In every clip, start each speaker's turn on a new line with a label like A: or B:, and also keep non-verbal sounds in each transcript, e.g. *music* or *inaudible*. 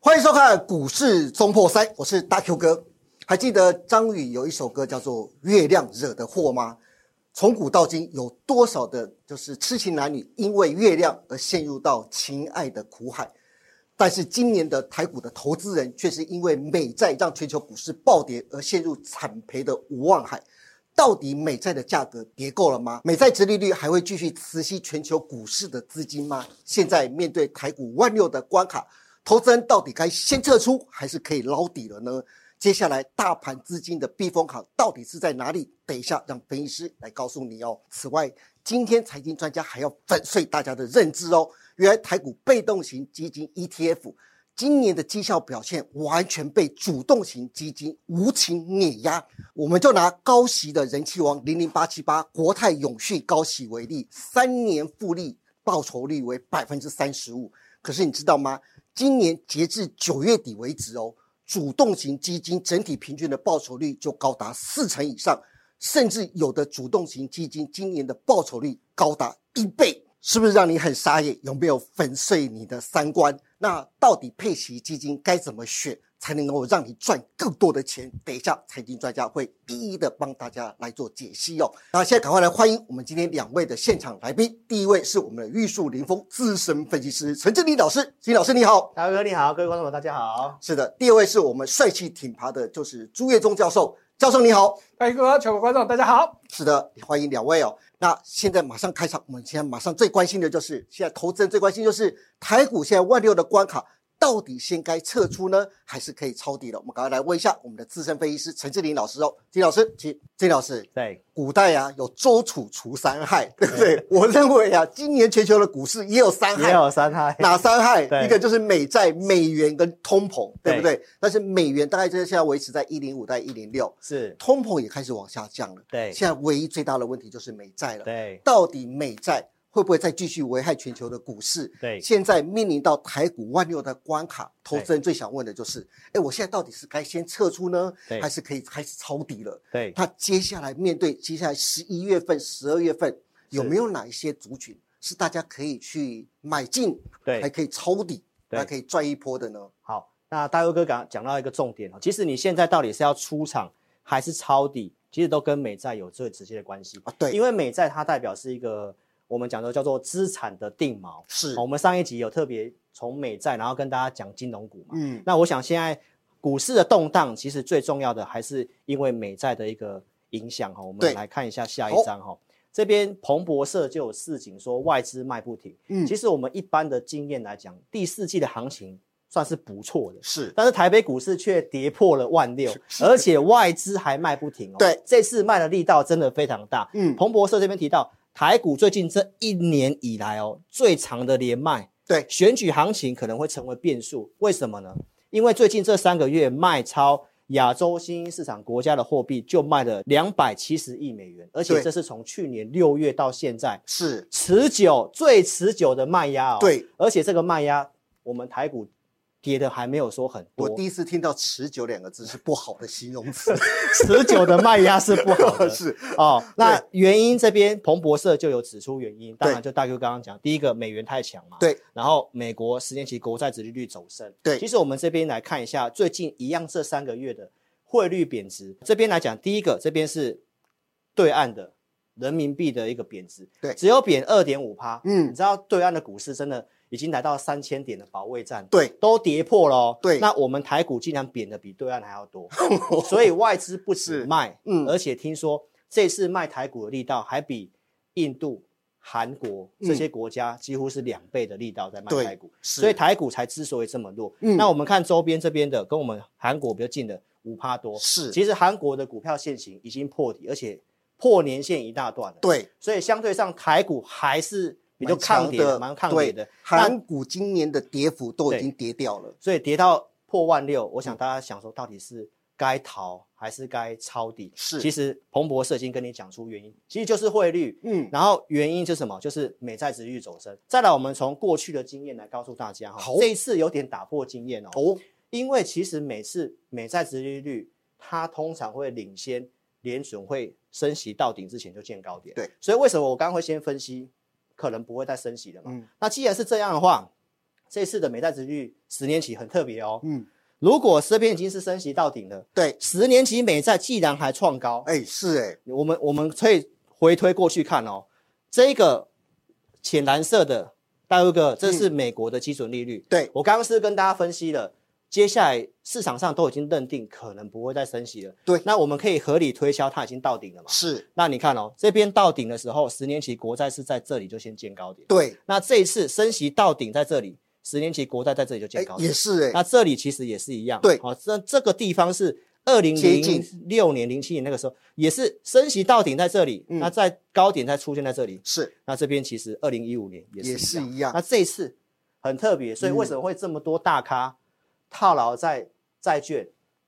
A: 欢迎收看《股市冲破塞》，我是大 Q 哥。还记得张宇有一首歌叫做《月亮惹的祸》吗？从古到今，有多少的就是痴情男女因为月亮而陷入到情爱的苦海？但是今年的台股的投资人却是因为美债让全球股市暴跌而陷入惨赔的无望海。到底美债的价格跌够了吗？美债殖利率还会继续磁吸全球股市的资金吗？现在面对台股万六的关卡，投资人到底该先撤出，还是可以捞底了呢？接下来大盘资金的避风港到底是在哪里？等一下让分析师来告诉你哦。此外，今天财经专家还要粉碎大家的认知哦，原来台股被动型基金 E ETF 今年的绩效表现完全被主动型基金无情碾压。我们就拿高息的人气王零零八七八国泰永续高息为例，三年复利报酬率为百分之三十五。可是你知道吗？今年截至九月底为止哦，主动型基金整体平均的报酬率就高达四成以上，甚至有的主动型基金今年的报酬率高达一倍，是不是让你很傻眼？有没有粉碎你的三观？那到底配息基金该怎么选，才能够让你赚更多的钱？等一下，财经专家会一一的帮大家来做解析哦。那现在赶快来欢迎我们今天两位的现场来宾，第一位是我们的玉树临风资深分析师陈志林老师，陈老师你好。
B: 大哥你好，各位观众朋友大家好。
A: 是的，第二位是我们帅气挺拔的，就是朱月忠教授。教授你好，
C: 大哥，全国观众大家好。
A: 是的，欢迎两位哦。那现在马上开场，我们现在马上最关心的就是，现在投资人最关心就是台股现在万六的关卡，到底先该撤出呢，还是可以抄底了？我们赶快来问一下我们的资深分析师陈志林老师哦，金老师，请金老师，
B: 对，
A: 古代啊有周楚除三害，对不 *laughs* 对？我认为啊，今年全球的股市也有三害，
B: 也有三害。
A: 哪三害？
B: 对
A: 一个就是美债、美元跟通膨，对不
B: 对
A: 对？但是美元大概就是现在维持在一零五到一零六，
B: 是，
A: 通膨也开始往下降了。
B: 对
A: 现在唯一最大的问题就是美债了。
B: 哎对，
A: 到底美债会不会再继续危害全球的股市？
B: 对
A: 现在面临到台股万六的关卡，投资人最想问的就是：哎，我现在到底是该先撤出呢，
B: 对
A: 还是可以开始抄底了？
B: 对，
A: 那接下来面对接下来十一月份、十二月份，有没有哪一些族群是大家可以去买进，
B: 对
A: 还可以抄底，
B: 对
A: 还可以赚一波的呢？
B: 好。那大哥哥讲讲到一个重点哦，其实你现在到底是要出场还是抄底，其实都跟美债有最直接的关系。
A: 啊，对，
B: 因为美债它代表是一个我们讲的叫做资产的定锚。
A: 是
B: 好，我们上一集有特别从美债，然后跟大家讲金融股嘛。
A: 嗯，
B: 那我想现在股市的动荡，其实最重要的还是因为美债的一个影响哈。我
A: 对
B: 们来看一下下
A: 好
B: 一张哈，这边彭博社就有市井说外资卖不停。
A: 嗯
B: 其实我们一般的经验来讲，第四季的行情算是不错的。
A: 嗯是
B: 但是台北股市却跌破了万六，而且外资还卖不停哦。
A: 对，
B: 这次卖的力道真的非常大。
A: 嗯
B: 彭博社这边提到，台股最近这一年以来哦，最长的连卖，
A: 对
B: 选举行情可能会成为变数。为什么呢？因为最近这三个月卖超亚洲新兴市场国家的货币就卖了两百七十亿美元，而且
A: 对
B: 这是从去年六月到现在
A: 是，
B: 持久最持久的卖压哦。
A: 对，
B: 而且这个卖压，我们台股跌的还没有说很
A: 我
B: 多，
A: 第一次听到“持久”两个字是不好的形容词，
B: 持久的卖压是不 *laughs* 好的。
A: *laughs* 是
B: *laughs* 哦，那原因这边彭博社就有指出原因，当然
A: 对
B: 就大 Q 刚刚讲，第一个美元太强嘛，
A: 对，
B: 然后美国十年期国债殖利率走升，
A: 对
B: 其实我们这边来看一下，最近一样这三个月的汇率贬值，这边来讲，第一个这边是对岸的人民币的一个贬值，
A: 对
B: 只有贬二点五趴，
A: 嗯
B: 你知道对岸的股市真的已经来到三千点的保卫战，
A: 对，
B: 都跌破了、哦，
A: 对
B: 那我们台股竟然贬的比对岸还要多，
A: *laughs*
B: 所以外资不
A: 是
B: 止卖，
A: 嗯
B: 而且听说这次卖台股的力道还比印度、韩国这些国家几乎是两倍的力道在卖
A: 嗯对
B: 台股，
A: 是
B: 所以台股才之所以这么弱。
A: 嗯
B: 那我们看周边这边的，跟我们韩国比较近的五趴多，
A: 是
B: 其实韩国的股票现行已经破底，而且破年线一大段了，
A: 对，
B: 所以相对上台股还是比较
A: 蛮强
B: 抗跌的，蛮抗跌的
A: 对。
B: 那
A: 韩股今年的跌幅都已经跌掉了，
B: 所以跌到破万六，我
A: 嗯
B: 想大家想说，到底是该逃还是该抄底？
A: 是
B: 其实彭博社已经跟你讲出原因，其实就是汇率。
A: 嗯，
B: 然后原因是什么？就是美债值率走升。再来，我们从过去的经验来告诉大家哈
A: 好，
B: 这一次有点打破经验哦，
A: 哦，
B: 因为其实每次美债值利率它通常会领先联准会升息到顶之前就见高点。
A: 对，
B: 所以为什么我刚刚会先分析可能不会再升息了嘛？
A: 嗯
B: 那既然是这样的话，这次的美债值率十年期很特别哦。
A: 嗯，
B: 如果十边已经是升息到顶了，
A: 对，
B: 十年期美债既然还创高，
A: 哎，是哎，
B: 我们我们可以回推过去看哦，这个浅蓝色的大陆哥，这是美国的基准利率。
A: 嗯对
B: 我刚刚是跟大家分析了，接下来市场上都已经认定可能不会再升息了。
A: 对
B: 那我们可以合理推敲它已经到顶了嘛？
A: 是，
B: 那你看哦，这边到顶的时候，十年期国债是在这里就先见高点。
A: 对，
B: 那这一次升息到顶在这里，十年期国债在这里就
A: 哎
B: 见高，点。
A: 也是哎，
B: 那这里其实也是一样，
A: 对
B: 好、这这个地方是二零
A: 接
B: 零
A: 近
B: 六年、零七年那个时候，也是升息到顶在这里，
A: 嗯
B: 那在高点再出现在这里，
A: 是
B: 那这边其实二零一五年也是
A: 也是
B: 一
A: 一样嗯
B: 那这一次很特别，所以为什么会这么多大咖套牢在债券？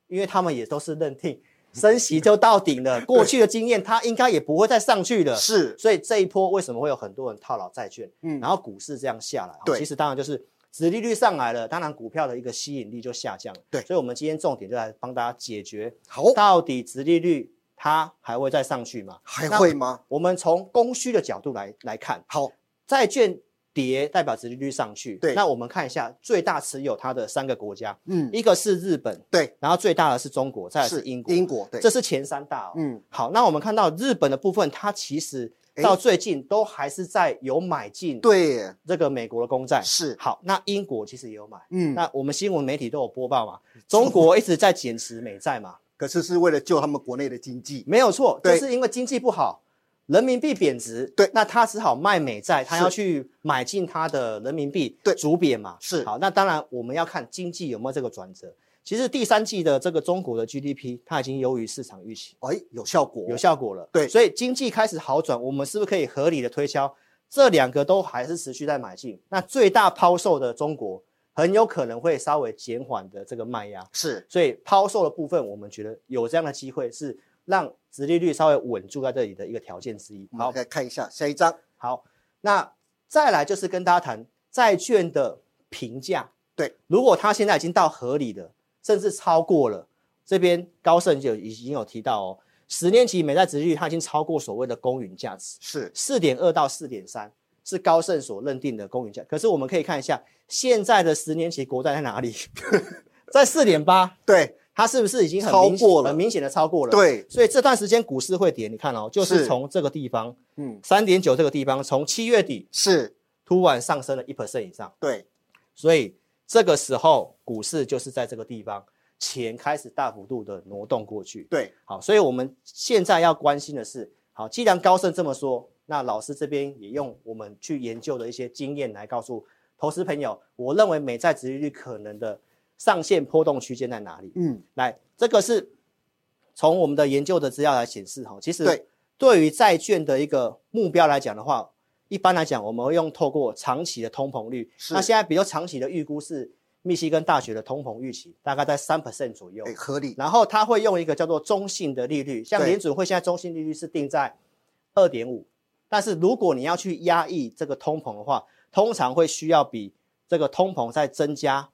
B: 因为他们也都是认定升息就到顶
A: *laughs*
B: 了，过去的经验它应该也不会再上去了，
A: 是，
B: 所以这一波为什么会有很多人套牢债券？
A: 嗯
B: 然后股市这样下来，哦
A: 对
B: 其实当然就是殖利率上来了，当然股票的一个吸引力就下降了。
A: 对
B: 所以我们今天重点就来帮大家解决，
A: 好，
B: 到底殖利率它还会再上去吗？
A: 还
B: 那
A: 会吗？
B: 我们从供需的角度来来看，
A: 好，
B: 债券跌代表殖利率上去。
A: 对
B: 那我们看一下最大持有它的三个国家，
A: 嗯，
B: 一个是日本，
A: 对，
B: 然后最大的是中国，再来是英国，
A: 英国，对，
B: 这是前三大哦。
A: 嗯，
B: 好，那我们看到日本的部分，它其实
A: 诶
B: 到最近都还是在有买进
A: 对耶，
B: 这个美国的公债。
A: 是，
B: 好，那英国其实也有买。
A: 嗯，
B: 那我们新闻媒体都有播报嘛，中国一直在减持美债嘛，
A: 可是是为了救他们国内的经济，
B: 没有错，就
A: 对
B: 是因为经济不好，人民币贬值，
A: 对
B: 那他只好卖美债，他
A: 是
B: 要去买进他的人民币，
A: 对
B: 主贬嘛，
A: 是
B: 好，那当然我们要看经济有没有这个转折。其实第三季的这个中国的 GDP，它已经优于市场预期，
A: 哎，有效果，
B: 有，效果了。
A: 对
B: 所以经济开始好转，我们是不是可以合理的推敲这两个都还是持续在买进？那最大抛售的中国很有可能会稍微减缓的这个卖压，
A: 是，
B: 所以抛售的部分，我们觉得有这样的机会是让殖利率稍微稳住在这里的一个条件之一。
A: 我
B: 好
A: 们，来看一下下一张，
B: 好，那再来就是跟大家谈债券的评价。
A: 对，
B: 如果它现在已经到合理了，甚至超过了，这边高盛就已经有提到哦，十年期美债殖利率它已经超过所谓的公允价值，
A: 是，
B: 四点二到四点三是高盛所认定的公允价。可是我们可以看一下现在的十年期国债在
A: *laughs*
B: 哪里，在四点八，
A: 对，
B: 它是不是已经很
A: 超
B: 明显
A: 过了
B: 很明显的超过了？。
A: 对，
B: 所以这段时间股市会跌，你看哦，就是
A: 是
B: 从这个地方
A: 嗯，
B: 三点九这个地方，从七月底
A: 是，
B: 突然上升了一 percent 以上，
A: 对，
B: 所以这个时候股市就是在这个地方，钱开始大幅度的挪动过去。
A: 对，
B: 好，所以我们现在要关心的是，好，既然高盛这么说，那老师这边也用我们去研究的一些经验来告诉投资朋友，我认为美债殖利率可能的上限波动区间在哪里？
A: 嗯，
B: 来，这个是从我们的研究的资料来显示哈，其实
A: 对
B: 对于债券的一个目标来讲的话，一般来讲我们会用透过长期的通膨率，
A: 是
B: 那现在比较长期的预估是密西根大学的通膨预期大概在三 percent 左右
A: 哎，，合理，
B: 然后它会用一个叫做中性的利率，像
A: 对
B: 联准会现在中性利率是定在二点五，但是如果你要去压抑这个通膨的话，通常会需要比这个通膨再增加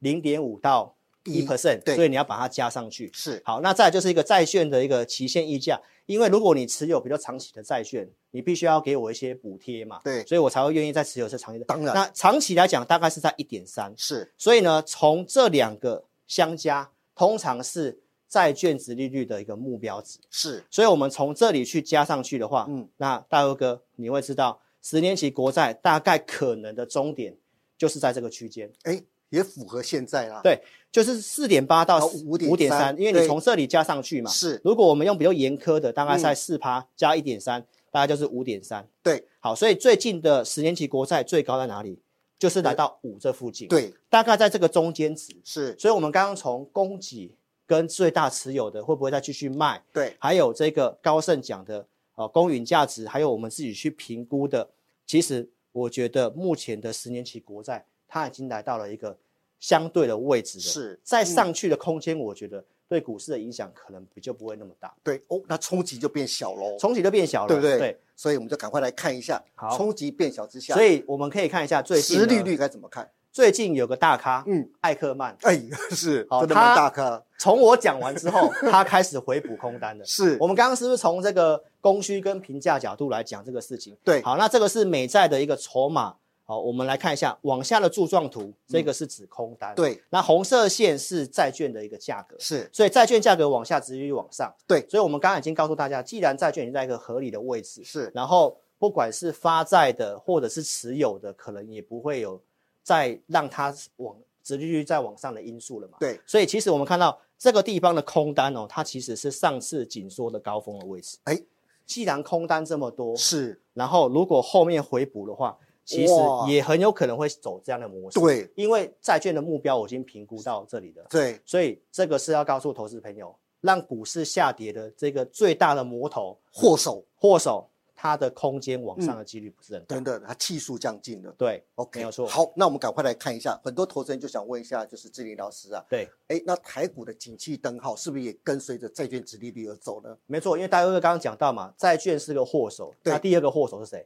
B: 零点五到一
A: 一
B: percent，
A: 对
B: 所以你要把它加上去。
A: 是，
B: 好，那再来就是一个债券的一个期限溢价，因为如果你持有比较长期的债券，你必须要给我一些补贴嘛，
A: 对，
B: 所以我才会愿意再持有这长期的。
A: 当然
B: 那长期来讲大概是在一点三，
A: 是，
B: 所以呢，从这两个相加，通常是债券值利率的一个目标值。
A: 是，
B: 所以我们从这里去加上去的话，嗯
A: 嗯，
B: 那大佑哥你会知道，十年期国债大概可能的终点就是在这个区间，
A: 哎，也符合现在啦，
B: 对，就是四点八到
A: 到
B: 五
A: 5.3
B: 点三，因为你
A: 对
B: 从这里加上去嘛。
A: 是，
B: 如果我们用比较严苛的，大概在四趴加一点三，大概就是五点三。
A: 嗯对，
B: 好，所以最近的十年期国债最高在哪里？就是来到五这附近，，
A: 对，
B: 大概在这个中间值。
A: 是，
B: 所以我们刚刚从供给跟最大持有的会不会再继续卖，
A: 对，
B: 还有这个高盛讲的呃公允价值，还有我们自己去评估的，其实我觉得目前的十年期国债它已经来到了一个相对的位置了，
A: 是
B: 再上去的空间，我觉得对股市的影响可能比较不会那么大，
A: 对，哦，那冲击就变小喽，
B: 冲击就变小了，
A: 嗯对不对？
B: 对，，
A: 所以我们就赶快来看一下
B: 好，
A: 冲击变小之下，
B: 所以我们可以看一下最近
A: 实
B: 呢
A: 利率，该怎么看？
B: 最近有个大咖，
A: 嗯，
B: 艾克曼。
A: 哎，是，
B: 好
A: 真的
B: 他
A: 蛮大咖，
B: 从我讲完之后，他开始回补空单了。
A: 是
B: 我，们刚刚是不是从这个供需跟评价角度来讲这个事情？
A: 对
B: 好，那这个是美债的一个筹码好，我们来看一下往下的柱状图，这个是指空单。，
A: 对，
B: 那红色线是债券的一个价格，
A: 是
B: 所以债券价格往下，殖利率往上。
A: 对
B: 所以我们刚刚已经告诉大家，既然债券已经在一个合理的位置，
A: 是
B: 然后不管是发债的或者是持有的，可能也不会有再让它往殖利率再往上的因素了嘛。
A: 对，
B: 所以其实我们看到这个地方的空单哦，它其实是上次紧缩的高峰的位置。
A: 哎，
B: 既然空单这么多，
A: 是，
B: 然后如果后面回补的话，其实
A: 哇
B: 也很有可能会走这样的模式。，
A: 对
B: 因为债券的目标我已经评估到这里了。
A: 对
B: 所以这个是要告诉投资朋友，让股市下跌的这个最大的魔头
A: 祸首
B: 祸首，它的空间往上的几率不是很大。
A: 等等，它气数降尽了。
B: 对
A: OK，
B: 没有错
A: 好，那我们赶快来看一下，很多投资人就想问一下，就是志玲老师啊，
B: 对，
A: 哎，那台股的景气灯号是不是也跟随着债券值利率而走呢？
B: 没错，因为大哥哥刚刚讲到嘛，债券是个祸首，
A: 对
B: 那第二个祸首是谁？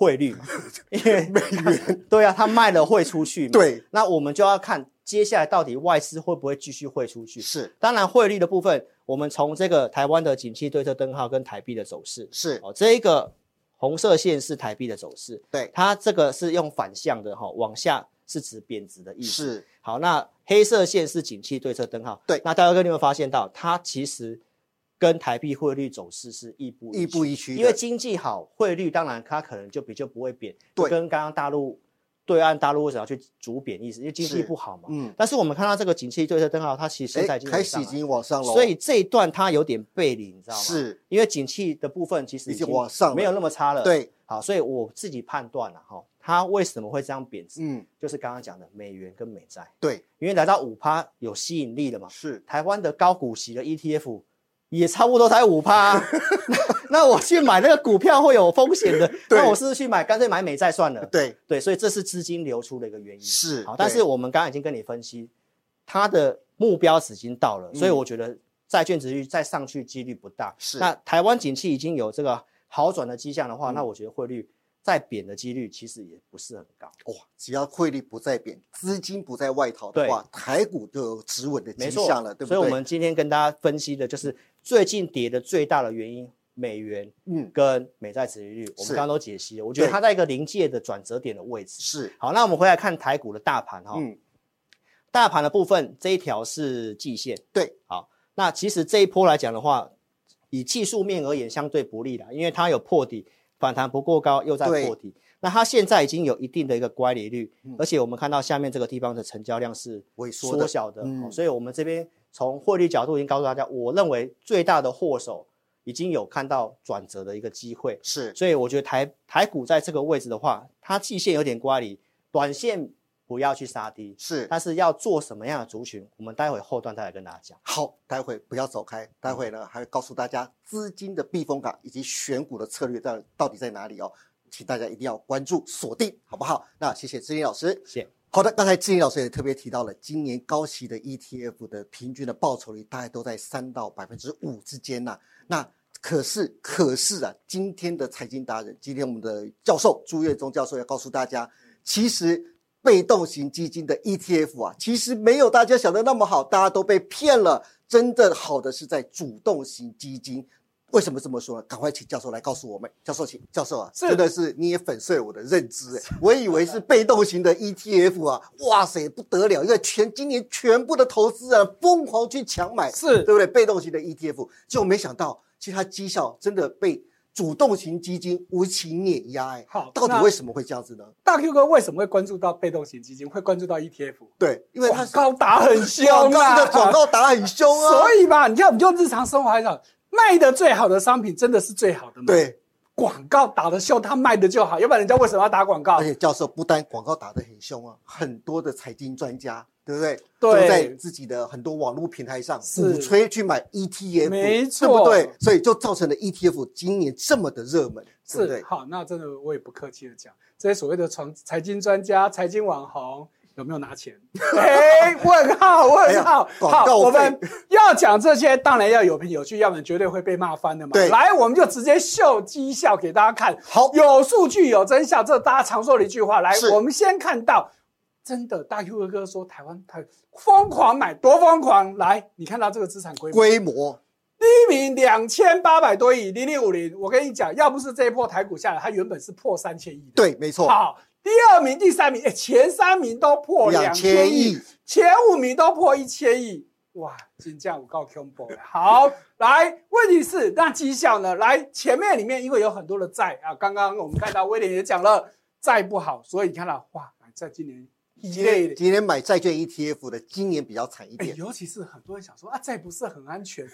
B: 汇率嘛，因为美元 *laughs* 对啊，他卖了汇出去嘛。，
A: 对，
B: 那我们就要看接下来到底外资会不会继续汇出去。
A: 是
B: 当然，汇率的部分，我们从这个台湾的景气对策灯号跟台币的走势，
A: 是，
B: 哦，这一个红色线是台币的走势，
A: 对，
B: 它这个是用反向的哈、往下是指贬值的意思。
A: 是
B: 好，那黑色线是景气对策灯号。
A: 对
B: 那大家哥，你有没有发现到它其实跟台币汇率走势是亦步
A: 亦步
B: 趋
A: 亦趋的，
B: 因为经济好，汇率当然它可能就比较不会贬，就
A: 对
B: 跟刚刚大陆对岸大陆为什么要去逐贬意思，因为经济
A: 是
B: 不好嘛。
A: 嗯，
B: 但是我们看到这个景气对策灯号，它其实现在
A: 哎，
B: 已经
A: 开
B: 有
A: 始
B: 上
A: 已
B: 来
A: 经往上了，哦
B: 所以这一段它有点背离，你知道吗？
A: 是
B: 因为景气的部分其实
A: 已经往上了
B: 没有那么差了。，
A: 对，
B: 好，所以我自己判断了哈，它为什么会这样贬值，
A: 嗯，
B: 就是刚刚讲的美元跟美债，
A: 对，
B: 因为来到五趴有吸引力了嘛。
A: 是
B: 台湾的高股息的 ETF 也差不多才五趴、
A: *laughs*
B: 啊那那我去买那个股票会有风险的，
A: 对
B: 那我是不是去买干脆买美债算了？
A: 对，
B: 对，所以这是资金流出的一个原因。
A: 是
B: 好，但
A: 对
B: 是我们刚刚已经跟你分析，它的目标值已经到了，所以
A: 嗯
B: 我觉得债券值率再上去几率不大。
A: 是
B: 那台湾景气已经有这个好转的迹象的话，
A: 嗯
B: 那我觉得汇率再贬的几率其实也不是很高。
A: 哇，只要汇率不再贬，资金不再外逃的话，台股就有止稳的迹
B: 没错
A: 象了，对不
B: 所
A: 对？
B: 以我们今天跟大家分析的就是最近跌的最大的原因，美元
A: 嗯
B: 跟美债值利率，我们
A: 是
B: 刚刚都解析了，我觉得
A: 对
B: 它在一个临界的转折点的位置。
A: 是
B: 好，那我们回来看台股的大盘哈、
A: 嗯
B: 大盘的部分这一条是季线，
A: 对，
B: 好，那其实这一波来讲的话，以技术面而言相对不利啦，因为它有破底反弹不过高，又在
A: 对嗯
B: 破底。那它现在已经有一定的一个乖离率，而且我们看到下面这个地方的成交量是
A: 萎缩的
B: 缩小的，
A: 嗯
B: 哦所以我们这边从汇率角度已经告诉大家，我认为最大的祸首已经有看到转折的一个机会。
A: 是
B: 所以我觉得台台股在这个位置的话，它季线有点乖离，短线不要去杀低，
A: 是
B: 但是要做什么样的族群，我们待会后段再来跟大家讲。
A: 好，待会不要走开，待会
B: 嗯
A: 呢还会告诉大家资金的避风港以及选股的策略到到底在哪里哦，请大家一定要关注锁定，好不好？那谢谢志林老师。
B: 谢谢。
A: 好的，刚才志林老师也特别提到了，今年高息的 ETF 的平均的报酬率大概都在三到百分之五之间呐、那可是可是啊，今天的财经达人，今天我们的教授朱月忠教授要告诉大家，其实被动型基金的 ETF 啊，其实没有大家想的那么好，大家都被骗了。真正好的是在主动型基金。为什么这么说呢？赶快请教授来告诉我们。教授，请教授啊，
C: 是
A: 真的是你也粉碎了我的认知、欸，我以为是被动型的 ETF 啊，哇塞不得了，因为全今年全部的投资人疯狂去抢买，
C: 是
A: 对不对？被动型的 E ETF，结果没想到，其实它绩效真的被主动型基金无情碾压、哎，
C: 好
A: 到底
C: 那
A: 为什么会这样子呢？
C: 大 Q 哥为什么会关注到被动型基金，会关注到 ETF？
A: 对，因为它
C: 广告打很凶
A: 广告
C: 啊，
A: 的广告打很凶啊，
C: 所以吧，你看我们就日常生活来讲，卖的最好的商品真的是最好的吗？，
A: 对，
C: 广告打的秀，他卖的就好，要不然人家为什么要打广告
A: 而？且教授不单广告打得很凶啊，很多的财经专家，对不对？
C: 对
A: 都在自己的很多网络平台上
C: 是
A: 鼓吹去买 ETF，
C: 没错
A: 对不对？所以就造成了 ETF 今年这么的热门，对不
C: 是
A: 对？
C: 好，那真的我也不客气的讲，这些所谓的传财经专家、财经网红有没有拿钱？ *laughs* 哎，问号问号
A: 哎呀。广告
C: 好，我
A: 费
C: 们要讲这些，当然要有凭有据，要不然绝对会被骂翻的嘛。
A: 对
C: 来，我们就直接秀绩效给大家看。
A: 好
C: 有数据有真相，这大家常说的一句话。来
A: 是，
C: 我们先看到。真的，大 Q 哥哥说台湾台疯狂买，多疯狂！来，你看到这个资产规模，
A: 规模
C: 第一名两千八百多亿，零零五零。我跟你讲，要不是这一波台股下来，它原本是破三千亿的。，
A: 对，没错，
C: 好，第二名、第三名，哎，前三名都破两
A: 2000
C: 千亿
A: 亿，
C: 前五名都破一千亿，哇，金价五告 combo 好，来，问题是那绩效呢？来，前面里面因为有很多的债啊，刚刚我们看到威廉也讲了，债不好，所以你看到哇，在今年一
A: 今
C: 类
A: 天
C: 的。
A: 今天买债券 ETF 的，今年比较惨一
C: 哎
A: 点，
C: 尤其是很多人想说啊，债不是很安全，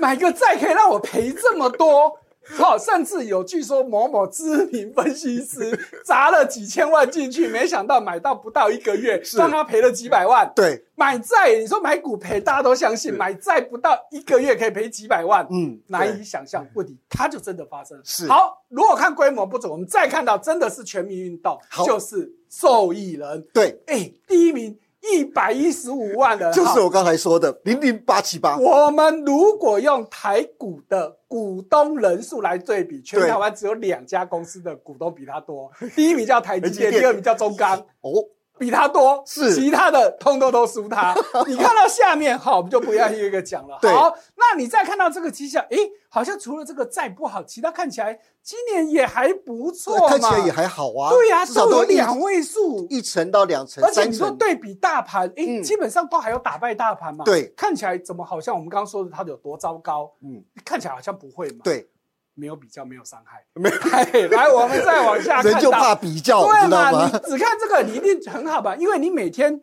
C: 买个债可以让我赔这么多，好，甚至有据说某某知名分析师砸了几千万进去，没想到买到不到一个月，
A: 是
C: 让他赔了几百万。
A: 对，
C: 买债，你说买股赔，大家都相信，买债不到一个月可以赔几百万，
A: 嗯，
C: 难
A: 对嗯
C: 以想象。问题它就真的发生了。
A: 是
C: 好，如果看规模不准，我们再看到真的是全民运动，
A: 好
C: 就是受益人。
A: 对，
C: 哎，第一名一百一十五万人，
A: 就是
C: 好
A: 我刚才说的零零八七八，
C: 我们如果用台股的股东人数来对比，全
A: 对
C: 台湾只有两家公司的股东比它
A: *laughs*
C: 多，第一名叫台积
A: 台
C: 电，
A: 积电
C: 第二名叫中钢，
A: 哦，
C: 比它多，
A: 哎是
C: 其他的通通都
A: *laughs*
C: 输它。你看到下面，好，我们就不要一个一个讲了。
A: 对
C: 好，那你再看到这个绩效，诶，好像除了这个债不好，其他看起来今年也还不错嘛，
A: 呃看起来也还好啊，
C: 对呀，
A: 至少
C: 都有
A: 都一
C: 两位数，
A: 一层到两层
C: 而，且
A: 三
C: 你说
A: 层，
C: 对比大盘，哎、
A: 嗯
C: 基本上都还有打败大盘嘛。
A: 对
C: 看起来怎么好像我们刚刚说的它有多糟糕？
A: 嗯，
C: 看起来好像不会嘛。，
A: 对，
C: 没有比较，没有伤害。 *laughs*
A: 没
C: 哎，来，我们再往下看
A: 人
C: 到，
A: 就怕比较，你
C: 对
A: 知道
C: 嘛？
A: 吗
C: 你？只看这个，你一定很好吧？因为你每天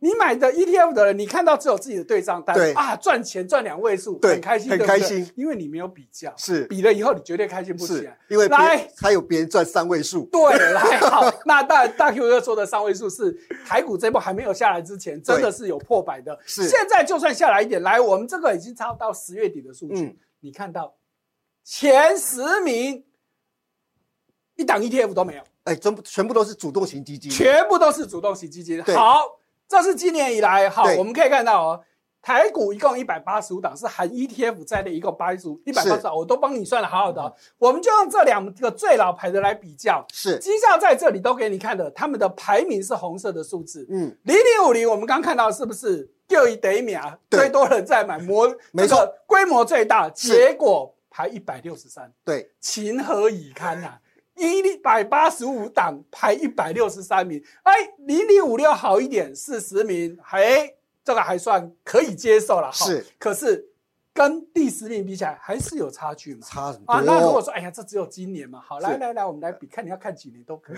C: 你买的 ETF 的人，你看到只有自己的对账单，
A: 对
C: 啊，赚钱赚两位数，
A: 对
C: 很开心，
A: 很
C: 对不对
A: 开心，
C: 因为你没有比较，
A: *laughs* 是
C: 比了以后你绝对开心不起
A: 是
C: 来，，
A: 因为别
C: 来。
A: 还有别人赚三位数，
C: 对，来好，那大大 Q 哥说的三位数是台股这波还没有下来之前，真的是有破百的。
A: 是
C: 现在就算下来一点，来，我们这个已经超到十月底的数据，
A: 嗯
C: 你看到前十名一档 ETF 都没有，
A: 哎，全部全部都是主动型基金，
C: 全部都是主动型基金。
A: 嗯对
C: 好，这是今年以来，好，
A: 对
C: 我们可以看到哦。台股一共一百八十五档，是含 ETF 在内一共八十五一百八十档，我都帮你算的好好
A: 嗯
C: 的哦、我们就用这两个最老牌的来比较，
A: 是，
C: 绩效在这里都给你看的，他们的排名是红色的数字，
A: 嗯，
C: 零零五零，我们刚看到是不是又一得秒，
A: 对
C: 最多人在买，模
A: 没错，
C: 这个规模最大，
A: 是
C: 结果排一百六十三，
A: 对，
C: 情何以堪呐、一百八十五档排一百六十三名，哎，零零五六好一点，四十名，哎，这个还算可以接受了哈。
A: 是，
C: 可是跟第十名比起来，还是有差距嘛。
A: 差很多
C: 啊，那如果
A: 哦，
C: 说哎呀，这只有今年嘛，好，
A: 是
C: 来来来，我们来比，看你要看几年
A: *laughs*
C: 都可以。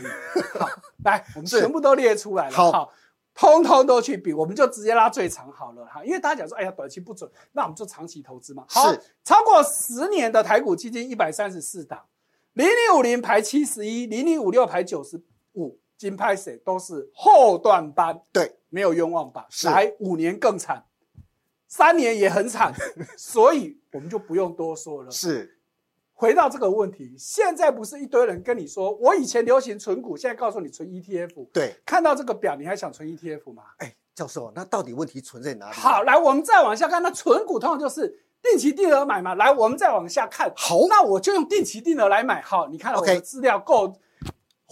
C: 好，来，我们
A: 是
C: 全部都列出来了，
A: 好
C: 通通都去比，我们就直接拉最长好了哈，因为大家讲说，哎呀，短期不准，那我们就长期投资嘛。好
A: 是，
C: 超过十年的台股基金一百三十四档，零零五零排七十一，零零五六排九十五，金拍谁都是后段班，
A: 对，
C: 没有冤枉吧？
A: 是
C: 来五年更惨，三年也
A: *laughs*
C: 很惨，所以我们就不用多说了。
A: 是，
C: 回到这个问题，现在不是一堆人跟你说，我以前流行存股，现在告诉你存 ETF，
A: 对，
C: 看到这个表，你还想存 ETF 吗？
A: 哎，教授，那到底问题存在哪里？啊
C: 好，，来我们再往下看，那存股通常就是定期定额买嘛。来，我们再往下看，
A: 好
C: 那我就用定期定额来买。好，你看我
A: OK 哦
C: 的资料够。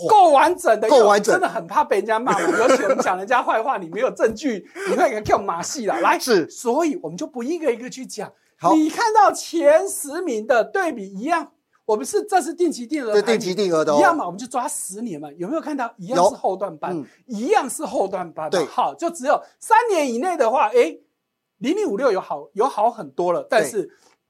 C: 够完整的，
A: 够
C: 因为我
A: 完整
C: 真的很怕被人家骂
A: *laughs*
C: 我，尤其我们讲人家坏话，你没有证据，你会给叫马戏了。来，
A: 是
C: 所以我们就不一个一个去讲。
A: 好
C: 你看到前十名的对比一样，我们是这是定期定额
A: 这
C: 排名，
A: 定期定额的
C: 一样
A: 哦，
C: 嘛，我们就抓十年嘛，有没有看到一样
A: 有
C: 是后段班，
A: 嗯
C: 一样是后段班嘛？
A: 对
C: 好，就只有三年以内的话，哎，零零五六有好有好很多了，但是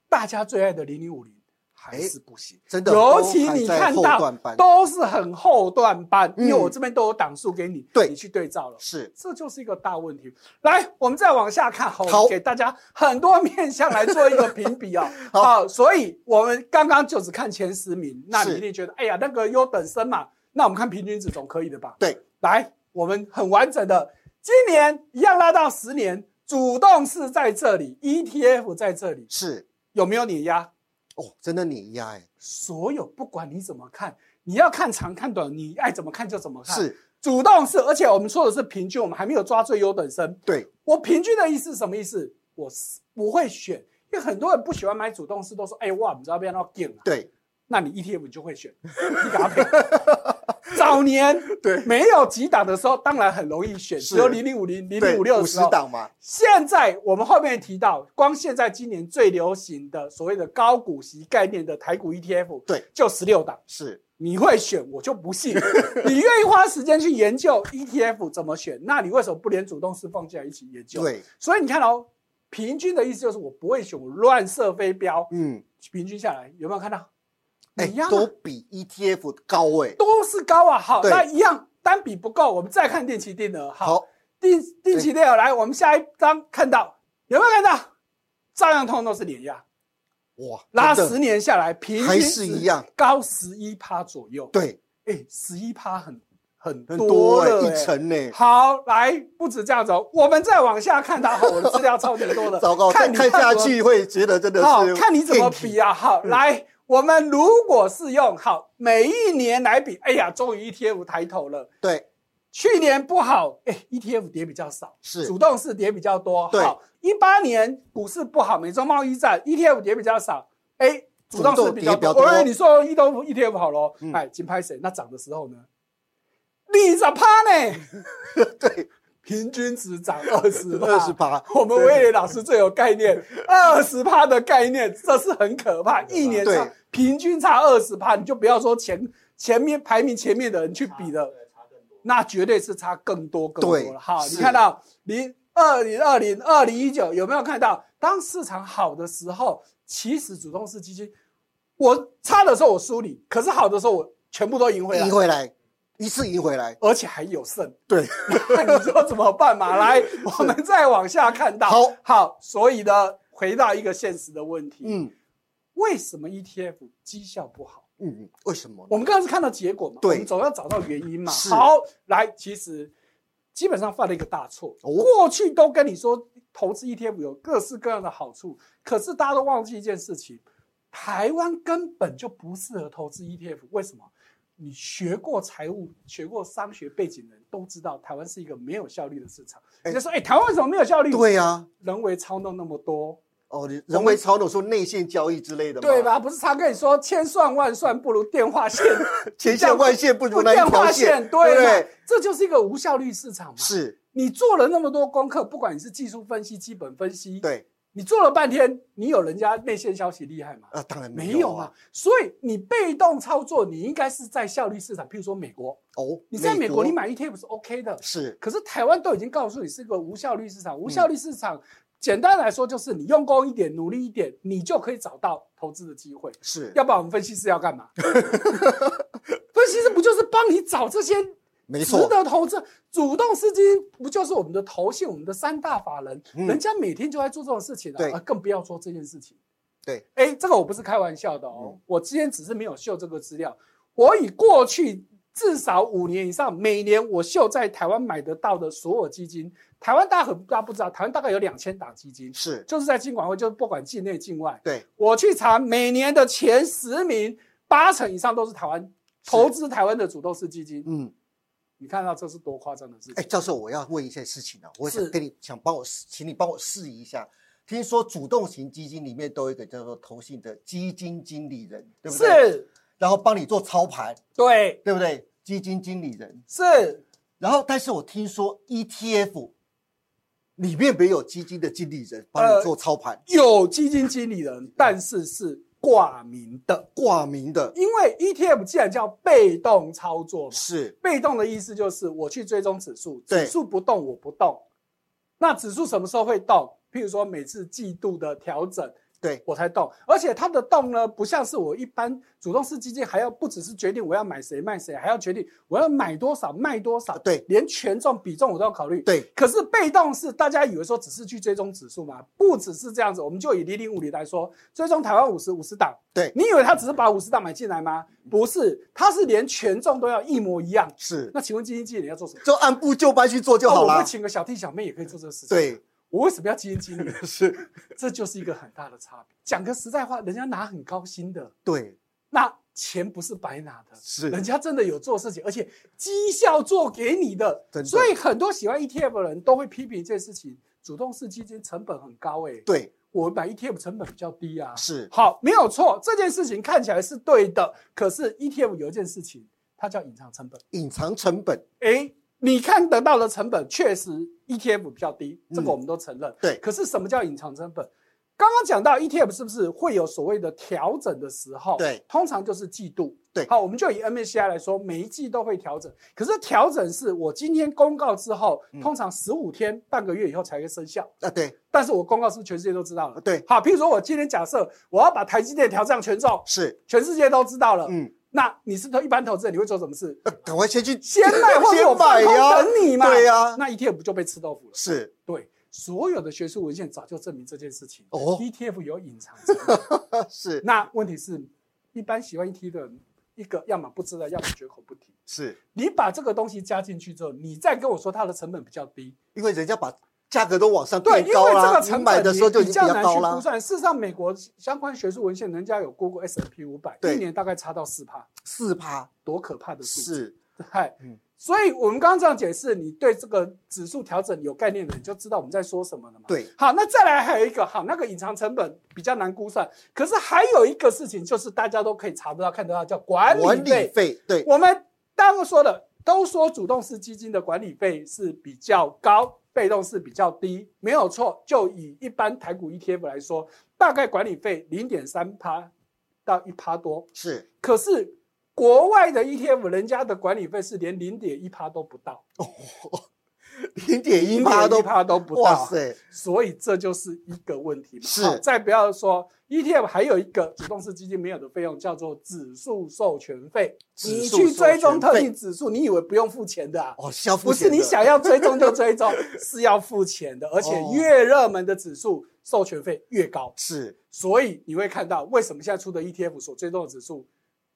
C: 大家最爱的零零五零还是不行。
A: 真的，
C: 尤其你
A: 都还在
C: 看
A: 后
C: 到
A: 段班，
C: 都是很后段班，因为
A: 嗯
C: 我这边都有档数给你，
A: 对
C: 你去对照了。
A: 是
C: 这就是一个大问题。来，我们再往下看，好，
A: 好
C: 我给大家很多面向来做一个评比啊、
A: *laughs* 好
C: 所以我们刚刚就只看前十名，那你
A: 是
C: 一定觉得，哎呀，那个优等生嘛，那我们看平均值总可以的吧？
A: 对，
C: 来，我们很完整的，今年一样拉到十年，主动式在这里，ETF 在这里，
A: 是，
C: 有没有碾压？
A: 哦，真的碾压哎，
C: 所有不管你怎么看，你要看长看短，你爱怎么看就怎么看。
A: 是
C: 主动式，而且我们说的是平均，我们还没有抓最优等生。
A: 对，
C: 我平均的意思是什么意思？我是不会选，因为很多人不喜欢买主动式，都说哎哇，你知道变到 g 了。
A: 对，
C: 啊那你 ETF 你就会选，你给
A: *laughs*
C: 他配。早年
A: 对
C: 没有几档的时候，当然很容易选，
A: 是
C: 只有零零五零、零
A: 对
C: 零五六
A: 五
C: 的
A: 十
C: 时候。
A: 档嘛，
C: 现在我们后面提到，光现在今年最流行的所谓的高股息概念的台股 ETF，
A: 对，
C: 就十六档。
A: 是
C: 你会选，我就不信。你愿意花时间去研究 ETF 怎么选，那你为什么不连主动式放进来一起研究？，
A: 对，
C: 所以你看哦，平均的意思就是我不会选，我乱射飞镖，
A: 嗯，
C: 平均下来有没有看到？
A: 哎、
C: 一样啊
A: 都比 ETF 高哎、
C: 都是高啊。好，
A: 对
C: 那一样单笔不够，我们再看定期定额。好，
A: 好，
C: 定定期定额来，我们下一张看到有没有看到？照样通通都是碾压，
A: 哇，
C: 拉
A: 真的
C: 十年下来平均
A: 还是一样，
C: 高十一趴左右。
A: 对，
C: 哎，十一趴很很
A: 很多哎、
C: 了欸
A: 一层呢、
C: 好，来，不止这样子哦，我们再往下看它。好，我的资料超级多的，
A: *laughs* 糟糕，再
C: 看你
A: 看
C: 怎
A: 下
C: 么
A: 去会觉得真的
C: 好，
A: 是嗯
C: 看你怎么
A: ganky
C: 比啊！好，来，我们如果是用好每一年来比，哎呀，终于 ETF 抬头了。
A: 对，
C: 去年不好，哎，ETF 跌比较少，
A: 是
C: 主动式跌比较多。
A: 对
C: 好，一八年股市不好，美中贸易战，ETF 跌比较少，哎，主动式比较
A: 主动跌比较
C: 多。
A: 多
C: 哎，你说 ETF ETF 好咯，
A: 嗯
C: 哎，金拍谁？那涨的时候呢？你咋趴呢？
A: 对，
C: 平均值涨二十，
A: 二十八，
C: *laughs* 我们威廉老师最有概念，二十趴的概念，这是很可怕。一年差
A: 对
C: 平均差二十趴，你就不要说前前面排名前面的人去比了，那绝对是差更多更多
A: 对
C: 了。好，你
A: 是
C: 看到零二零二零二零一九有没有看到？当市场好的时候，其实主动式基金，我差的时候我输你，可是好的时候我全部都赢回来
A: 赢。回来一次赢回来，
C: 而且还有剩，
A: 对，
C: 那 *laughs* 你说怎么办嘛？
A: *laughs*
C: 来，我们再往下看到，
A: 好
C: 好，所以呢，回到一个现实的问题，
A: 嗯
C: 为什么 ETF 绩效不好？
A: 嗯，为什么呢？
C: 我们刚刚是看到结果嘛，
A: 对
C: 我们总要找到原因嘛。
A: 是
C: 好，来，其实基本上犯了一个大错，
A: 哦
C: 过去都跟你说投资 ETF 有各式各样的好处，可是大家都忘记一件事情，台湾根本就不适合投资 ETF，为什么？你学过财务、学过商学背景的人都知道，台湾是一个没有效率的市场。
A: 哎
C: 人家说，哎、台湾为什么没有效率？，
A: 对呀，
C: 人为操弄那么多，
A: 哦，你人为操弄说内线交易之类的，
C: 对？吧？不是常跟你说，千算万算不如电话线
A: 前线外线不如
C: 不
A: 那
C: 电
A: 一条
C: 话
A: 线，
C: 对
A: 不
C: 嘛
A: 对？？
C: 这就是一个无效率市场嘛。
A: 是，
C: 你做了那么多功课，不管你是技术分析、基本分析，，
A: 对，
C: 你做了半天，你有人家内线消息厉害吗？
A: 啊，当然
C: 没
A: 有
C: 有嘛。，所以你被动操作，你应该是在效率市场，譬如说美国，
A: 哦，
C: 你在美国你买 ETF 是 OK 的，
A: 是
C: 可是台湾都已经告诉你是个无效率市场，无效率市场。简单来说，就是你用功一点，努力一点，你就可以找到投资的机会。
A: 是，
C: 要不然我们分析师
A: *laughs*
C: 要干嘛？分析师不就是帮你找这些
A: 没
C: 值
A: 错，
C: 得投资、主动基金，不就是我们的投信、我们的三大法人？
A: 嗯
C: 人家每天就在做这种事情的、
A: 对
C: 啊，更不要说这件事情。
A: 对，嗯
C: 哎，这个我不是开玩笑的哦，我今天只是没有秀这个资料。我以过去至少五年以上，每年我秀在台湾买得到的所有基金，台湾大家很大家不知道，台湾大概有两千档基金，
A: 是，
C: 就是在金管会，就是不管境内境外，
A: 对，
C: 我去查每年的前十名，八成以上都是台湾投资台湾的主动式基金。
A: 嗯。
C: 你看到这是多夸张的事
A: 哎，
C: 情？
A: 教授，我要问一件事情啊，我
C: 是
A: 想跟你想帮我试，请你帮我试一下。听说主动型基金里面都有一个叫做投信的基金经理人，对不对？
C: 是，
A: 然后帮你做操盘，
C: 对，
A: 对不对？基金经理人。
C: 是，
A: 然后，但是我听说 ETF 里面没有基金的经理人帮
C: 呃
A: 你做操盘，
C: 有基金经理人，但是是挂名的，
A: 挂名的
C: 因为 ETF 既然叫被动操作嘛，
A: 是
C: 被动的意思就是我去追踪指数，
A: 对
C: 指数不动我不动。那指数什么时候会动？譬如说每次季度的调整，
A: 对
C: 我才动。而且它的动呢，不像是我一般主动式基金，还要不只是决定我要买谁卖谁，还要决定我要买多少卖多少，
A: 对
C: 连权重比重我都要考虑。
A: 对
C: 可是被动式，大家以为说只是去追踪指数嘛，不只是这样子。我们就以零零五零来说，追踪台湾五十五十档，
A: 对
C: 你以为他只是把五十档买进来吗？不是，他是连权重都要一模一样。
A: 是，
C: 那请问基金经理要做什么？
A: 就按部就班去做就
C: 那
A: 好
C: 哦我
A: 了
C: 会。请个小弟小妹也可以做这个事情。，
A: 对，
C: 我为什么要基金经理？
A: *laughs* 是，
C: 这就是一个很大的差别。讲个实在话，人家拿很高薪的，
A: 对，
C: 那钱不是白拿的，
A: 是
C: 人家真的有做事情，而且绩效做给你的。
A: 真的
C: 所以很多喜欢 ETF 的人都会批评一件事情：主动式基金成本很高、欸，哎，
A: 对，
C: 我买 ETF 成本比较低啊。
A: 是，
C: 好，没有错，这件事情看起来是对的。可是 ETF 有一件事情，它叫隐藏成本。
A: 隐藏成本，
C: 诶，你看得到的成本确实 ETF E 比较低，这个
A: 嗯
C: 我们都承认。
A: 对
C: 可是什么叫隐藏成本？刚刚讲到 ETF 是不是会有所谓的调整的时候？
A: 对，
C: 通常就是季度。
A: 对
C: 好，我们就以 MSCI 来说，每一季都会调整。可是调整是我今天公告之后，
A: 嗯
C: 通常十五天、半个月以后才会生效。
A: 啊，对啊
C: 但是我公告是不是全世界都知道了？
A: 对
C: 好，譬如说我今天假设我要把台积电调降权重，
A: 是，
C: 全世界都知道了。
A: 嗯，
C: 那你是投一般投资人，你会做什么事？
A: 呃赶快先去
C: 先卖或者我
A: 先
C: 放
A: 买
C: 空
A: 呀，
C: 等你嘛。
A: 对呀，
C: 那 ETF 不就被吃豆腐了？
A: 是
C: 对，所有的学术文献早就证明这件事情。
A: 哦
C: ETF 有隐藏成本。
A: 啊是
C: 那问题是，一般喜欢 ETF 的人，一个要么不知道，要么绝口不提。
A: 是，
C: 你把这个东西加进去之后，你再跟我说它的成本比较低，
A: 因为人家把价格都往上
C: 对，
A: 变
C: 因为
A: 高
C: 这
A: 啦，
C: 个
A: 你
C: 成
A: 买
C: 本
A: 的时候就已
C: 比
A: 经
C: 较
A: 比
C: 难
A: 较
C: 去
A: 高
C: 估
A: 啦，
C: 算。事实上，美国相关学术文献，人家有估过 S P 五百，一
A: 对
C: 年大概差到四帕，
A: 四趴
C: 多可怕的数字！
A: 是，
C: 嗨
A: 嗯，
C: 所以我们刚刚这样解释，你对这个指数调整有概念的，你就知道我们在说什么了嘛。
A: 对，
C: 好，那再来还有一个，好，那个隐藏成本比较难估算，可是还有一个事情就是大家都可以查得到、看得到，叫管
A: 管
C: 理
A: 理
C: 费。
A: 费对
C: 我们刚刚说的，都说主动式基金的管理费是比较高，被动式比较低，没有错。就以一般台股 ETF 来说，大概管理费零点三趴到一趴多，
A: 是
C: 可是。国外的 ETF，人家的管理费是连零点一趴都不到，
A: 零点一趴都
C: 一趴都不到，
A: 哇塞，
C: 所以这就是一个问题嘛。
A: 是
C: 好再不要说 ETF 还有一个主动式基金没有的费用叫做指数授权费，
A: 指
C: 你
A: 数
C: 去追踪
A: 授权
C: 特
A: 费
C: 定指数，你以为不用付钱的啊？
A: 哦是要付
C: 不是
A: 钱
C: 你
A: 的
C: 想要追踪就
A: *laughs*
C: 追踪，是要付钱的，而且
A: 哦
C: 越热门的指数授权费越高，
A: 是
C: 所以你会看到为什么现在出的 ETF 所追踪的指数，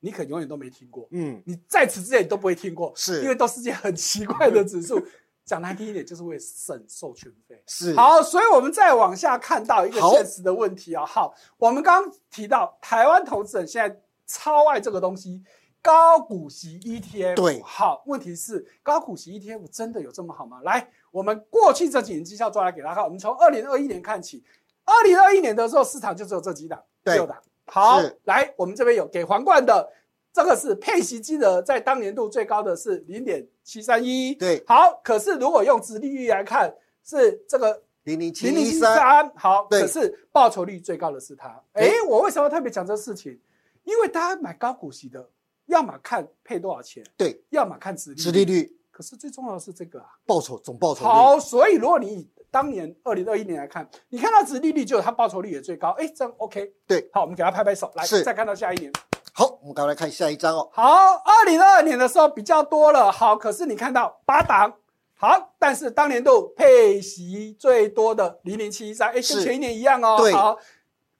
C: 你可能永远都没听过，
A: 嗯
C: 你在此之前你都不会听过，
A: 是
C: 因为都是些很奇怪的指数。讲难听一点，就是为了省授权费。
A: 是
C: *laughs* 好，所以我们再往下看到一个
A: 好
C: 现实的问题啊、好，我们刚刚提到台湾投资人现在超爱这个东西，高股息 ETF。
A: 对
C: 好，问题是高股息 ETF 真的有这么好吗？来，我们过去这几年绩效抓来给大家看，我们从二零二一年看起，二零二一年的时候市场就只有这几档，
A: 对
C: 六档。好
A: 是，
C: 来，我们这边有给皇冠的。这个是配息金额，在当年度最高的是零点七三一，
A: 对
C: 好，可是如果用殖利率来看，是这个
A: 零零七
C: 零零
A: 一
C: 七
A: 三
C: 三，好，
A: 对
C: 可是报酬率最高的是它。
A: 对
C: 诶，我为什么要特别讲这事情？因为大家买高股息的，要么看配多少钱，
A: 对
C: 要么看殖利率。
A: 殖利率
C: 可是最重要的是这个啊。
A: 报酬总报酬率
C: 好，所以如果你以当年二零二一年来看，你看到殖利率就它报酬率也最高，诶，这样 OK。
A: 对，
C: 好，我们给他拍拍手，来，
A: 是
C: 再看到下一年。
A: 好，我们赶快来看下一张哦。
C: 好，二零二二年的时候比较多了，好，可是你看到八档，好，但是当年度配息最多的零零七一三，哎，跟
A: 是
C: 前一年一样哦，
A: 对
C: 好，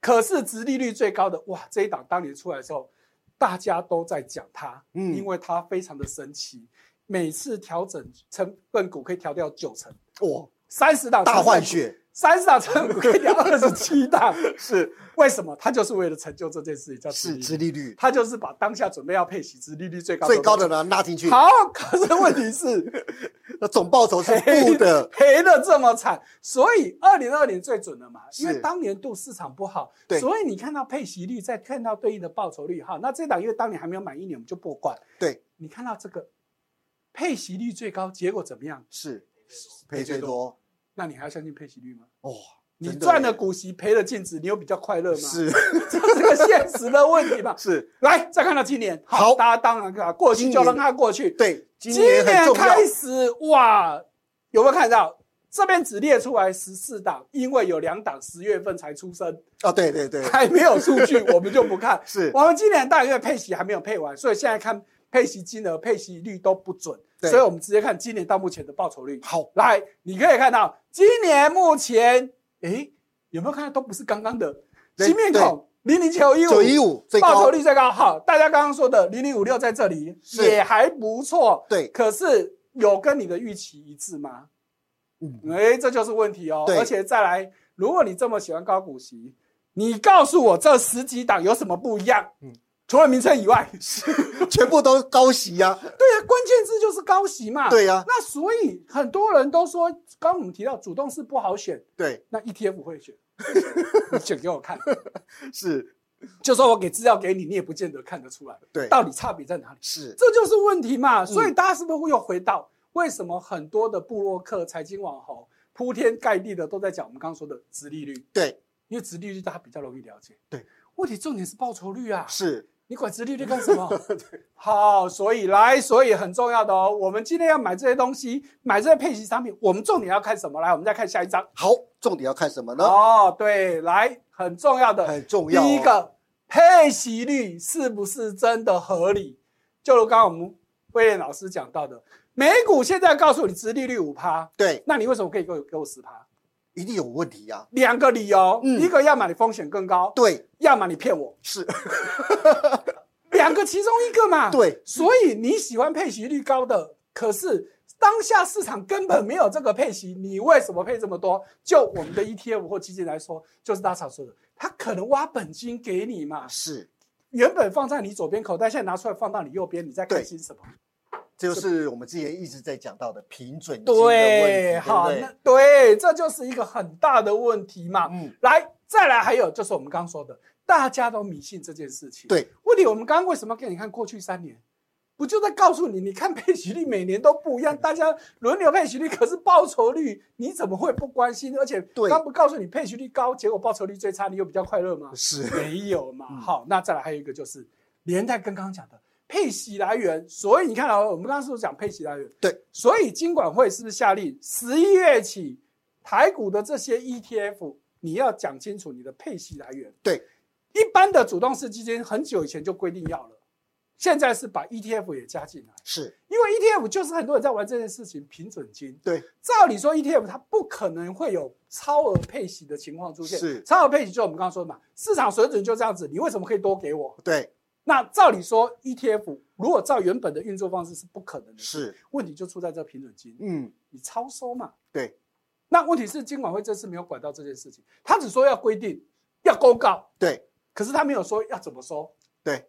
C: 可是殖利率最高的，哇，这一档当年出来的时候，大家都在讲它，
A: 嗯
C: 因为它非常的神奇，每次调整成分股可以调掉九成，
A: 哇，
C: 三十档
A: 大换，血
C: 三十档成分股可以调二十七档，
A: 是
C: 为什么？它就是为了成就这件事情，叫殖
A: 是
C: 利率
A: 殖利率
C: 他就是把当下准备要配息值利率最高
A: 最高的
C: 东
A: 呢拉进去
C: 西。，好，可是问
A: *laughs*
C: 题是
A: 那总报酬是负
C: *laughs*
A: 的，
C: 赔的这么惨，所以二零二年最准了嘛，因为
A: 是
C: 当年度市场不好，
A: 对
C: 所以你看到配息率，再看到对应的报酬率，哈，那这档因为当年还没有满一年，我们就不管。
A: 对，
C: 你看到这个配息率最高，结果怎么样？
A: 是赔最多
C: 那你还要相信配息率吗？
A: 哇！
C: 你
A: 真的
C: 赚了股息，赔了净值，你有比较快乐吗？，
A: 是。
C: *laughs* 这是个现实的问题嘛
A: 是，
C: 来，再看到今年，
A: 好
C: 大家当然看过去
A: 今
C: 就
A: 年
C: 让它过去，
A: 对，今
C: 今
A: 年很重要
C: 开，始哇，有没有看到？这边只列出来十四档，因为有两档十月份才出生， *laughs*
A: 啊，对对对，
C: 还没有
A: *laughs*
C: 数据，我们就不看。
A: 是
C: 我们今年大约配息还没有配完，所以现在看配息金额、配息率都不准，
A: 对
C: 所以我们直接看今年到目前的报酬率。
A: 好
C: 来，你可以看到今年目前，诶，有没有看到都不是刚刚的
A: 对
C: 新面孔零零九一五
A: 九一五最
C: 报酬
A: 高
C: 率最高。好，大家刚刚说的零零五六在这里
A: 是
C: 也还不错，
A: 对
C: 可是有跟你的预期一致吗？
A: 嗯
C: 哎，这就是问题哦。
A: 对
C: 而且再来，如果你这么喜欢高股息，你告诉我这十几档有什么不一样？
A: 嗯
C: 除了名称以外，
A: 全部都高息呀，
C: 对啊，关键字就是高息嘛。。
A: 对啊呀，
C: 那所以很多人都说，刚刚我们提到主动是不好选，
A: 对，
C: 那 ETF 会选， *laughs* 你选给我看，
A: 是，
C: 就说我给资料给你，你也不见得看得出来，
A: 对
C: 到底差别在哪里？
A: 是，
C: 这就是问题
A: 嗯
C: 嘛。所以大家是不是会又回到为什么很多的布洛克、财经网红铺天盖地的都在讲我们刚刚说的殖利率？
A: 对，
C: 因为殖利率大家比较容易了解。
A: 对，
C: 问题重点是报酬率啊，
A: 是
C: 你管殖利率干什
A: *laughs*
C: 么？好，所以来，所以很重要的哦。我们今天要买这些东西，买这些配息商品，我们重点要看什么？来，我们再看下一章。
A: 好，重点要看什么呢？
C: 哦，对，来，很重要的，
A: 很重要哦
C: 第一个，配息率是不是真的合理？就如刚刚我们威廉老师讲到的，美股现在告诉你殖利率五趴，
A: 对，
C: 那你为什么可以给我给我十趴？
A: 一定有问题呀、
C: 两个理由，
A: 嗯
C: 一个要么你风险更高，
A: 对，
C: 要么你骗我， *laughs*
A: 是，
C: 两个其中一个嘛。
A: 对，
C: 所以你喜欢配息率高的，可是当下市场根本没有这个配息，你为什么配这么多？就我们的 ETF 或基金来说，就是大厂说的，他可能挖本金给你嘛，
A: 是，
C: 原本放在你左边口袋，现在拿出来放到你右边，你在开心什么？
A: 这就是我们之前一直在讲到的平准金的问
C: 对，
A: 题，
C: 好，
A: 对不
C: 那
A: 对？
C: 对，这就是一个很大的问题嘛。
A: 嗯，
C: 来，再来，还有就是我们刚说的，大家都迷信这件事情。
A: 对，
C: 问题我们刚刚为什么给你看过去三年？不就在告诉你，你看配息率每年都不一样，大家轮流配息率，可是报酬率你怎么会不关心？而且
A: 对
C: 刚不告诉你配息率高，结果报酬率最差，你有比较快乐吗？
A: 是，
C: 没有嘛。
A: 嗯
C: 好，那再来还有一个就是连带跟刚刚讲的配息来源，所以你看啊，我们刚刚是不是讲配息来源？
A: 对，
C: 所以金管会是不是下令十一月起，台股的这些 ETF 你要讲清楚你的配息来源？
A: 对，
C: 一般的主动式基金很久以前就规定要了，现在是把 ETF 也加进来，
A: 是，
C: 因为 ETF 就是很多人在玩这件事情，平准金。
A: 对，
C: 照理说，ETF 它不可能会有超额配息的情况出现。
A: 是
C: 超额配息，就我们刚刚说的嘛，市场水准就这样子，你为什么可以多给我？
A: 对，
C: 那照理说，ETF 如果照原本的运作方式是不可能的，
A: 是，
C: 问题就出在这平准金，
A: 嗯，
C: 你超收嘛。
A: 对，
C: 那问题是金管会这次没有管到这件事情，他只说要规定要公告，
A: 对，
C: 可是他没有说要怎么收。
A: 对，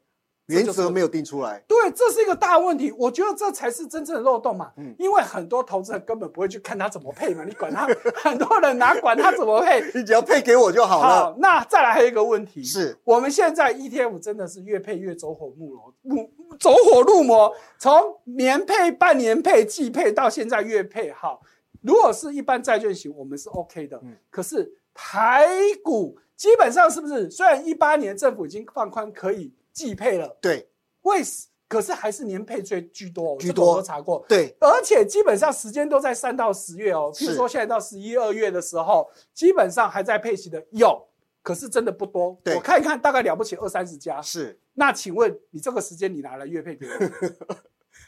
C: 这就是
A: 原则没有定出来，
C: 对，这是一个大问题，我觉得这才是真正的漏洞嘛。
A: 嗯
C: 因为很多投资人根本不会去看他怎么配嘛，你管他， *laughs* 很多人哪管他怎么配？
A: 你只要配给我就好了。
C: 好，那再来还有一个问题，
A: 是，
C: 我们现在 ETF 真的是越配越走火入魔，入走火入魔，从年配、半年配、季配到现在月配，好，如果是一般债券型，我们是 OK 的，
A: 嗯
C: 可是台股基本上是不是？虽然一八年政府已经放宽可以季配了，
A: 对，
C: 为什可是还是年配最居多，
A: 居多
C: 这个我都查过。
A: 对，
C: 而且基本上时间都在三到十月哦，
A: 是
C: 譬如说现在到十一二月的时候，基本上还在配息的有，可是真的不多。
A: 对
C: 我看一看，大概了不起二三十家。
A: 是，
C: 那请问你这个时间你拿来月配给我？ *laughs*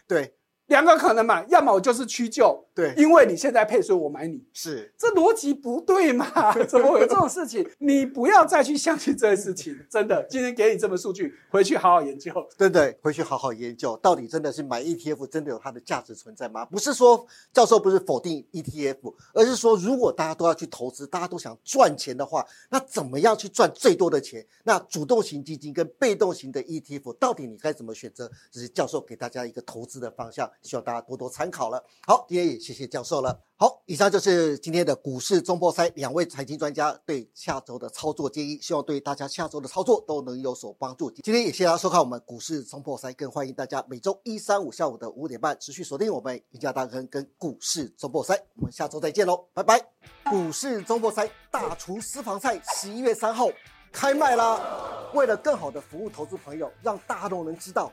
A: 对，
C: 两个可能嘛，要么我就是屈就，
A: 对，
C: 因为你现在配，所以我买你。
A: 是，
C: 这逻辑不
A: *laughs*
C: 对嘛？怎么会有这种事情？你不要再去相信这件事情，真的。今天给你这么数据，回去好好研究。
A: 对对，回去好好研究，到底真的是买 ETF 真的有它的价值存在吗？不是说教授不是否定 ETF，而是说如果大家都要去投资，大家都想赚钱的话，那怎么样去赚最多的钱？那主动型基金跟被动型的 ETF 到底你该怎么选择？这是教授给大家一个投资的方向，希望大家多多参考了。好，今天也谢谢教授了。好，以上就是今天的股市中破塞两位财经专家对下周的操作建议，希望对大家下周的操作都能有所帮助。今天也谢谢大家收看我们股市中破塞，更欢迎大家每周一、三、五下午的五点半持续锁定我们赢家大亨跟股市中破塞，我们下周再见喽，拜拜。股市中破塞大厨私房菜十一月三号开卖啦！为了更好的服务投资朋友，让大众能知道